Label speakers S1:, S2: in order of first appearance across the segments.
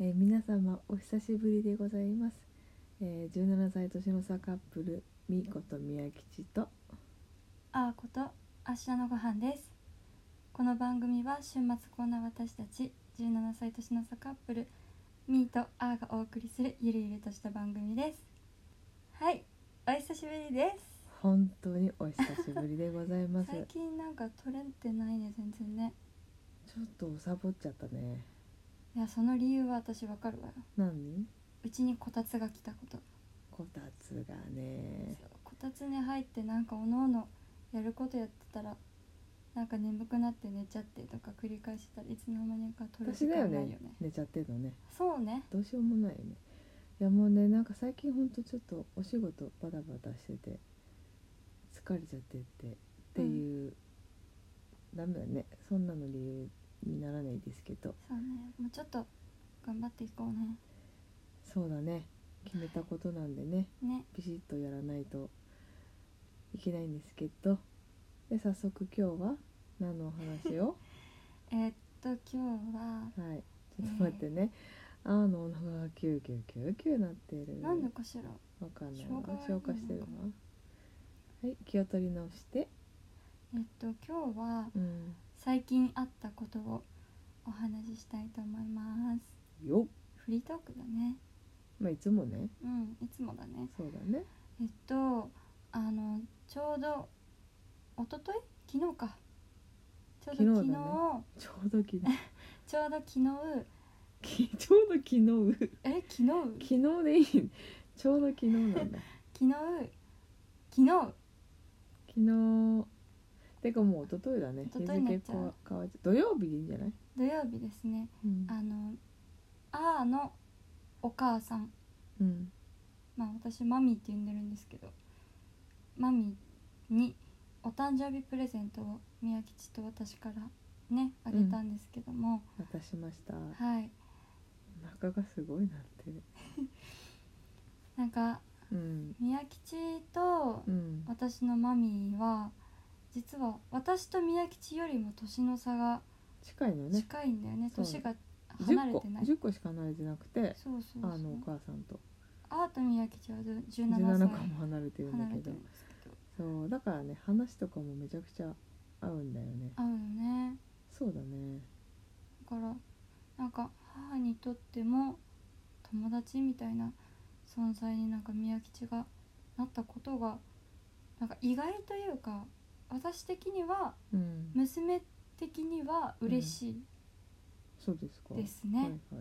S1: えー皆様お久しぶりでございます、えー17歳年の差カップルみこと宮吉と
S2: あーこと明日のご飯ですこの番組は週末こんな私たち17歳年の差カップルミーとあーがお送りするゆるゆるとした番組ですはいお久しぶりです
S1: 本当にお久しぶりでございますちょ
S2: 最近なんか撮れてないね全然ね
S1: っとおさぼっちゃったね
S2: いやその理由は私わかるわよ
S1: 何
S2: うちにこたつが来たこと
S1: こたつがね
S2: そうこたつに入ってなんかおのおのやることやってたらなんか眠くなって寝ちゃってとか繰り返してたらいつの間にか取る時
S1: 私だよ
S2: 間ない
S1: ね
S2: よね
S1: 寝ちゃってるのね
S2: そうね
S1: どうしようもないよねいやもうねなんか最近ほんとちょっとお仕事バタバタしてて疲れちゃってってっていう、ダメだねそんなの理由にならないですけど
S2: そうねもうちょっと頑張っていこうね
S1: そうだね決めたことなんでね
S2: ね
S1: ビシッとやらないといけないんですけどで早速今日は何のお話 を
S2: えーっと今日は
S1: はいちょっと待ってね、あーのお腹がキューキューキューキューなっている
S2: 何のかしら
S1: わかんない
S2: しょうが
S1: な
S2: ない
S1: 消化してるなはい気を取り直して
S2: えーっと今日は
S1: うん
S2: 最近あったことをお話ししたいと思います
S1: よっ
S2: フリートークだね
S1: まあいつもね
S2: うんいつもだね
S1: そうだね
S2: えっとあのちょうど一昨日昨日かちょうど
S1: 昨
S2: 昨
S1: 日
S2: 日
S1: だねちょうど昨日
S2: ちょうど昨日
S1: きちょうど昨日
S2: え昨日
S1: 昨日でいいちょうど昨日なんだ
S2: 昨日昨日
S1: 昨日てかもう一昨日だね
S2: 一昨日になっちゃう
S1: こわ変わっちゃ土曜日でいいんじゃない、
S2: 土曜日ですね
S1: うん
S2: あのあーのお母さん
S1: うん
S2: まあ私マミーって呼んでるんですけどマミーにお誕生日プレゼントを宮吉と私からねあげたんですけども、
S1: 渡しましたお
S2: はい
S1: 腹がすごいなってる
S2: なんか
S1: うん
S2: 宮吉と
S1: うん
S2: 私のマミーは実は私と宮吉よりも年の差が
S1: 近いのね
S2: 近いんだよね
S1: そう
S2: 年が離れ
S1: 10個
S2: てない
S1: 10個しか離れてなくて
S2: そうそうそう
S1: あのお母さんと
S2: アート宮吉は17歳
S1: 17
S2: 離
S1: 個も離れてるんだ
S2: れ
S1: け
S2: て
S1: ど
S2: るんですけど
S1: そうだからね話とかもめちゃくちゃ合うんだよね
S2: 合うよね
S1: そうだね
S2: だからなんか母にとっても友達みたいな存在になんか宮吉がなったことがなんか意外というか私的には
S1: うん
S2: 娘的には嬉しい
S1: そうですか
S2: ですね、
S1: はい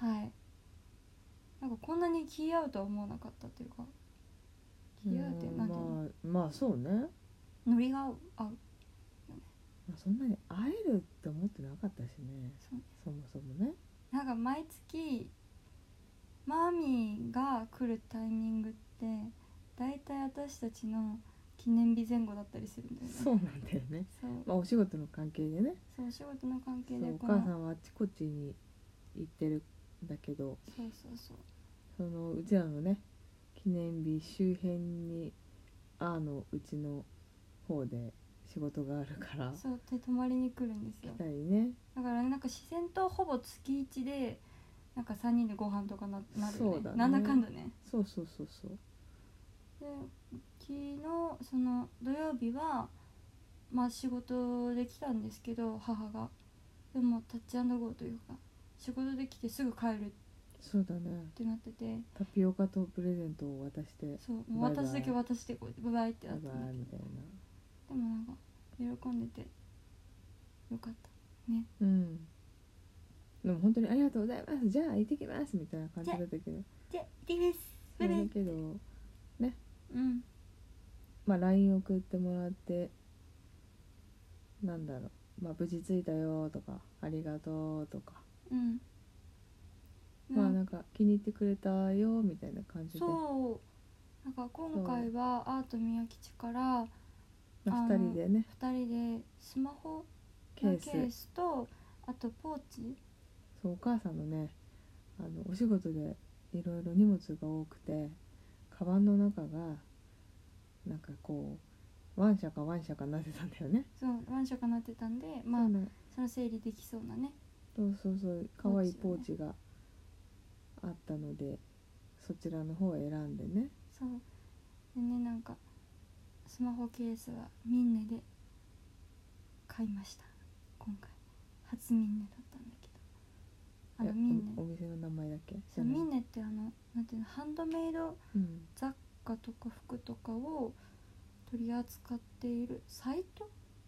S1: はいはい
S2: はいなんかこんなに気合うとは思わなかったというか気合うって
S1: うん
S2: なんていうの、
S1: まあまあそうね、ま
S2: ノリが合う合う
S1: あ、そんなに会えるって思ってなかったしね
S2: そう
S1: そもそもね
S2: なんか毎月マーミーが来るタイミングって大体私たちの記念日前後だったりするんだよね
S1: そうなんだよね
S2: そう
S1: まあお仕事の関係でね
S2: そうお仕事の関
S1: そ
S2: 係で
S1: うお
S2: こ
S1: 母
S2: の
S1: さんはあっちこっちに行ってるんだけど
S2: そうそうそう
S1: そのうちらのね記念日周辺にあのうちの方で仕事があるから
S2: そうで泊まりに来るんです
S1: 来
S2: よ
S1: たりね
S2: だからなんか自然とほぼ月1でなんか3人でご飯とかななるよ
S1: そうだね
S2: なんだかんだね
S1: そうそうそうそう
S2: で昨日その土曜日はまあ仕事で来たんですけど母がでもタッチゴーというか仕事で来てすぐ帰るっ
S1: そうだね
S2: てなってて
S1: タピオカとプレゼントを渡して
S2: そうもう
S1: バイバイ
S2: 私だけ渡してこうバイバイって
S1: バ
S2: な
S1: イ
S2: った
S1: バ
S2: ん
S1: イ
S2: だけ
S1: み
S2: ど
S1: たいな
S2: でもなんか喜んでてよかったね
S1: うんでも本当にありがとうございますじゃあ行ってきますみたいな感じだったけど
S2: じゃあ行ってきます
S1: そうだけど
S2: うん
S1: まあ LINE 送ってもらってなんだろうまあ無事着いたよとかありがとうとか
S2: うん
S1: まあなんか気に入ってくれたよみたいな感じで、ま
S2: そうなんか今回はアート宮吉から
S1: あ、2人でね
S2: 2人でスマホ
S1: ケ
S2: ケー
S1: ー
S2: ス
S1: ス
S2: ケースとあとポーチ
S1: そうお母さんのねあのお仕事でいろいろ荷物が多くてカバンの中がなんかこうワンシャかワンシャかなってたんだよね。
S2: そうワンショかなってたんでまあ
S1: そうなの
S2: その整理できそうなね
S1: そうそうそう可愛いポーチがあったのでそちらの方を選んでね
S2: そうでねなんかスマホケースはミンネで買いました今回初ミンネだったんだけどあ
S1: え
S2: のミン
S1: おお
S2: ネ
S1: 店の名前だっけじ
S2: そ
S1: ゃ
S2: う
S1: ない
S2: ミンネってあのなんていうのハンドメイド
S1: うん
S2: 雑貨とか服とかを取り扱っているサイト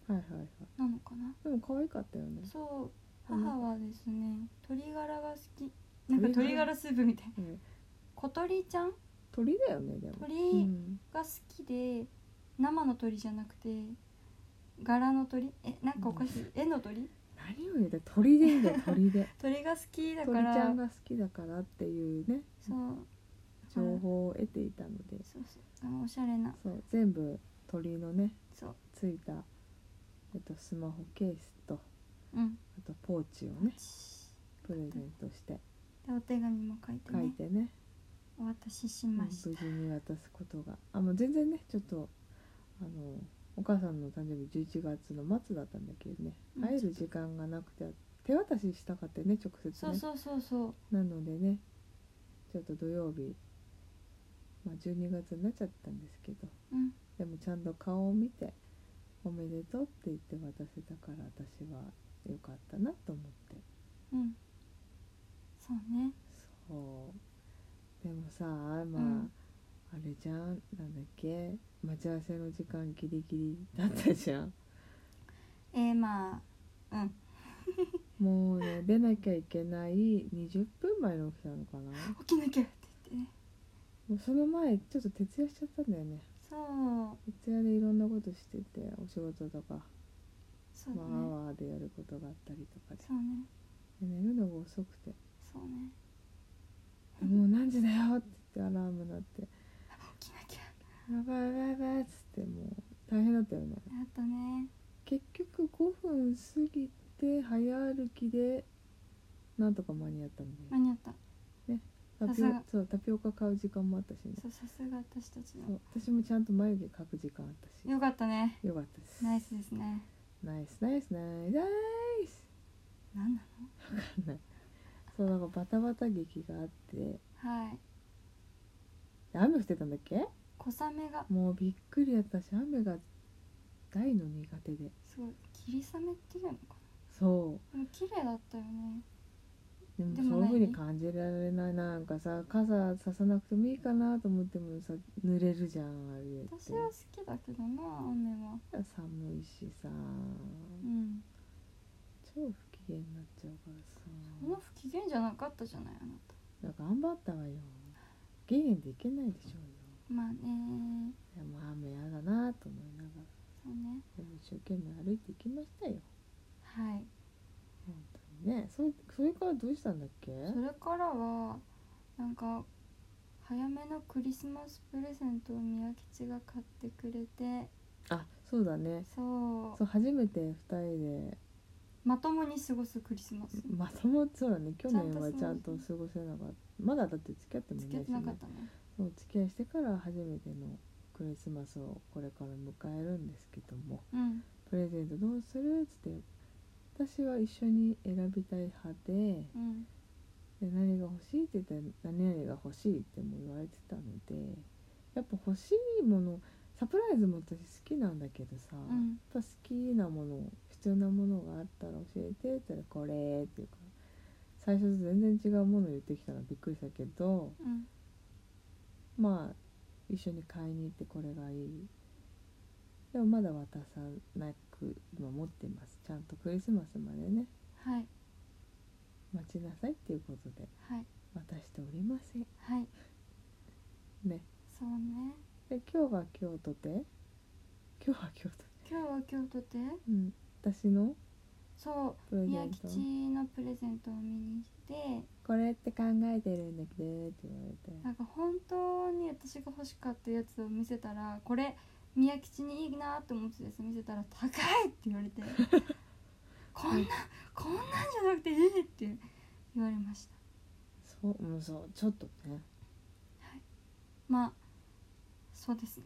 S1: はいはいはい
S2: なのかな
S1: でも可愛かったよね
S2: そう
S1: うん
S2: 母はですね鶏ガラが好きなんか
S1: 鶏
S2: 鶏
S1: ガラ
S2: ガラスープみたいな
S1: うん
S2: 小鳥ちゃん
S1: 鳥だよねでも
S2: 鳥
S1: うん
S2: が好きで生の鳥じゃなくて柄の鳥えなんかおかしい、絵の鳥
S1: 何を言うて鳥でいいん だよ鳥で
S2: 鳥が好きだか
S1: 鳥ち
S2: ら
S1: ゃんが好きだからっていうね
S2: そう
S1: 情報を得ていたので
S2: そうそうあのおしゃれな
S1: そう全部鳥のね
S2: そう
S1: ついた、えっと、スマホケースと
S2: うん
S1: あとポーチをね
S2: で
S1: プレゼントして
S2: お手紙も書いて
S1: 書い
S2: ね
S1: てね
S2: お渡しし
S1: うん
S2: ま
S1: 無
S2: し
S1: 事
S2: た
S1: に渡すことがあもう全然ねちょっとあのお母さんの誕生日11月の末だったんだけどね
S2: うん
S1: 会える時間がなくて手渡ししたかったよね直接ね
S2: そうそうそうそう
S1: なのでねちょっと土曜日、まあ、12月になっちゃったんですけど
S2: うん
S1: でもちゃんと顔を見て「おめでとう」って言って渡せたから私は良かったなと思って
S2: うんそうね
S1: そうでもさまあ、
S2: ん
S1: あれじゃんなんだっけ待ち合わせの時間ギリギリだったじゃん
S2: えー、まあうん
S1: もうね出なきゃいけない20分前に起きたのかな
S2: 起きなきゃって言ってね
S1: もうその前ちょっと徹夜しちゃったんだよね
S2: そう
S1: 徹夜でいろんなことしててお仕事とか、
S2: そうだ
S1: まあ
S2: ね、
S1: アワーでやることがあったりとかで
S2: そうね
S1: で寝るのが遅くて
S2: そうね
S1: 「もう何時だよ!」って言ってアラーム鳴って「
S2: 起きなきゃ
S1: やばいやばいやばい」っつってもう大変だったよね
S2: あとね
S1: 結局5分過ぎて早歩きでなんとか間に合ったんだよ
S2: 間に合った
S1: タピ
S2: さすが
S1: オそうタピオカ買う時間もあったしね
S2: そうさすが私たち
S1: そ
S2: の
S1: う私もちゃんと眉毛描く時間あったし
S2: よかったね
S1: よかったです
S2: ナイスですね
S1: ナイスナイスナイスナイス
S2: なんな
S1: そうなんかバタバタ劇があって
S2: のはい
S1: 雨降ってたんだっけ
S2: 小雨が
S1: もうびっくりやったし雨が大の苦手です
S2: ごい霧雨っていうのか
S1: そ
S2: なでも綺麗だったよね
S1: うでも
S2: でも
S1: そういう風
S2: 何
S1: に感じられないなんかさ傘ささなくてもいいかなと思ってもさ濡れるじゃんあれって
S2: 私は好きだけどな雨は
S1: 寒いしさ
S2: うん
S1: 超不機嫌になっちゃうから
S2: この
S1: さ
S2: 不機嫌じゃなかったじゃないあなた
S1: だから頑張ったわよ減塩でいけないでしょう
S2: まあね
S1: よでも雨やだなと思いながら
S2: そうね
S1: でも一生懸命歩いていきましたよ
S2: はい
S1: 本当にねそれそれからどうしたんだっけ
S2: それからはなんか早めのクリスマスプレゼントを宮吉が買ってくれて
S1: あそうだね
S2: そう
S1: そう初めて2人で
S2: まともに過ごすクリスマス
S1: まともそうだね去年は
S2: ち
S1: ち
S2: ゃ
S1: ゃ
S2: ん
S1: ん
S2: と
S1: と
S2: 過
S1: 過ごせなかったまだだって付き合ってもい
S2: 付き合
S1: な
S2: っ
S1: いして
S2: なか
S1: ね
S2: ったね
S1: そう付き合いしてから初めてのクリスマスをこれから迎えるんですけども
S2: うん
S1: プレゼントどうするっつって私は一緒に選びたい派で
S2: うん
S1: で何が欲しいって言ったら何々が欲しいっても言われてたのでやっぱ欲しいものサプライズも私好きなんだけどさ、
S2: ん
S1: やっぱ好きなもの必要なものがあったら教えてって言ったら「これ」って言うから最初と全然違うもの言ってきたらびっくりしたけど
S2: うん
S1: まあ一緒に買いに行ってこれがいいでもまだ渡さなく今持ってますちゃんとクリスマスまでね
S2: はい
S1: 待ちなさいっていうことで
S2: はい
S1: 渡しておりません
S2: はい
S1: ね
S2: そうね
S1: で今日は今日とて今日は今日とて、
S2: 今日は今日とて
S1: うん、私の
S2: そ
S1: プ
S2: う
S1: レゼ
S2: 宮
S1: ント
S2: 吉のプレゼントを見に行って
S1: これって考えてるんだけどって言われて
S2: なんか本当に私が欲しかったやつを見せたらこれ宮吉にいいなと思ってたやつ見せたら「高い!」って言わ れて「こんなこんなんじゃなくていい!」って言われました
S1: そうもうんそうちょっとね
S2: まあそうですね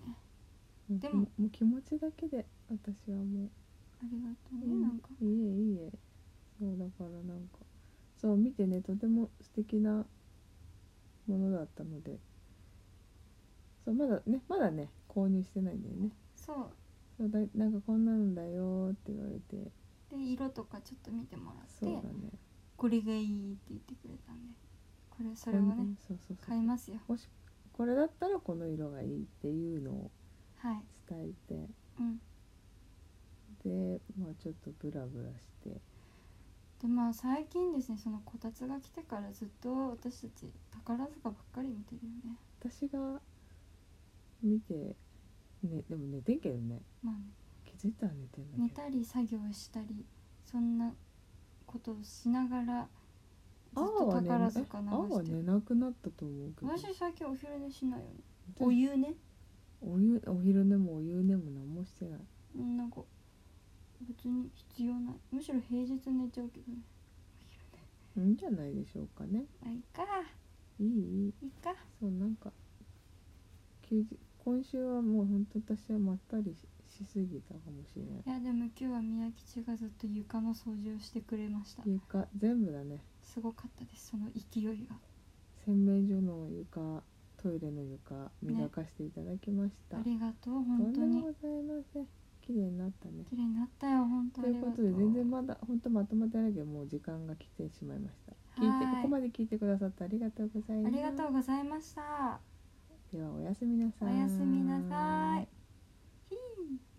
S2: でも
S1: うもう気持ちだけで私はもう
S2: ありがとうね、
S1: うん
S2: なんか
S1: いいえいいえそうだからなんかそう見てねとても素敵なものだったのでそうまだねまだね購入してないんだよね
S2: そう
S1: そうだいなんかこんなんだよって言われて
S2: で色とかちょっと見てもら
S1: そうだ
S2: っ
S1: ね
S2: てこれがいいって言ってくれたんでこれそ
S1: こ
S2: れを
S1: う
S2: ね
S1: んそうそうそう
S2: 買いますよ
S1: もしこれだったらこの色がいいっていうのを
S2: はい
S1: 伝えて
S2: うん
S1: でまあちょっとブラブラして
S2: でまあ最近ですねそのこたつが来てからずっと私たち宝塚ばっかり見てるよね
S1: 私が見てねでも寝てんけどね
S2: まあね
S1: 気づいたら寝てんだけど
S2: 寝たり作業したりそんなことをしながらずっ
S1: 青
S2: と
S1: はね
S2: 宝塚
S1: え
S2: 流
S1: 青は
S2: して
S1: 寝
S2: る
S1: なくなったと思うけど
S2: 私最近お昼寝しないよね
S1: 私
S2: お湯ね
S1: お湯お昼寝もお湯寝も何もしてない
S2: うんなんか別に必要ないむしろ平日寝ちゃうけどね
S1: いいんじゃないでしょうかね
S2: まあいいか
S1: いいいい
S2: いいか
S1: そうなんか休日今週はもうほんと私はまったりししすぎたかもしれない
S2: いやでも今日は宮吉がずっと床の掃除をしてくれました
S1: 床全部だね
S2: すごかったですその勢いが
S1: 洗面所の床トイレの床磨かしていただきました、
S2: ありがとう
S1: と
S2: 本
S1: んで
S2: 当に
S1: もございません綺麗になったね
S2: 綺麗になったよ本当
S1: と
S2: あ
S1: い
S2: り
S1: う
S2: が
S1: ことと
S2: う
S1: で全然まだ本当まとまってないけどもう時間が来てしまいました聞いて
S2: はい
S1: ここまで聞いてくださってありがとうござい
S2: あ
S1: ます
S2: りがとうございました
S1: ではおやすみなさ
S2: お
S1: い
S2: やすみなさい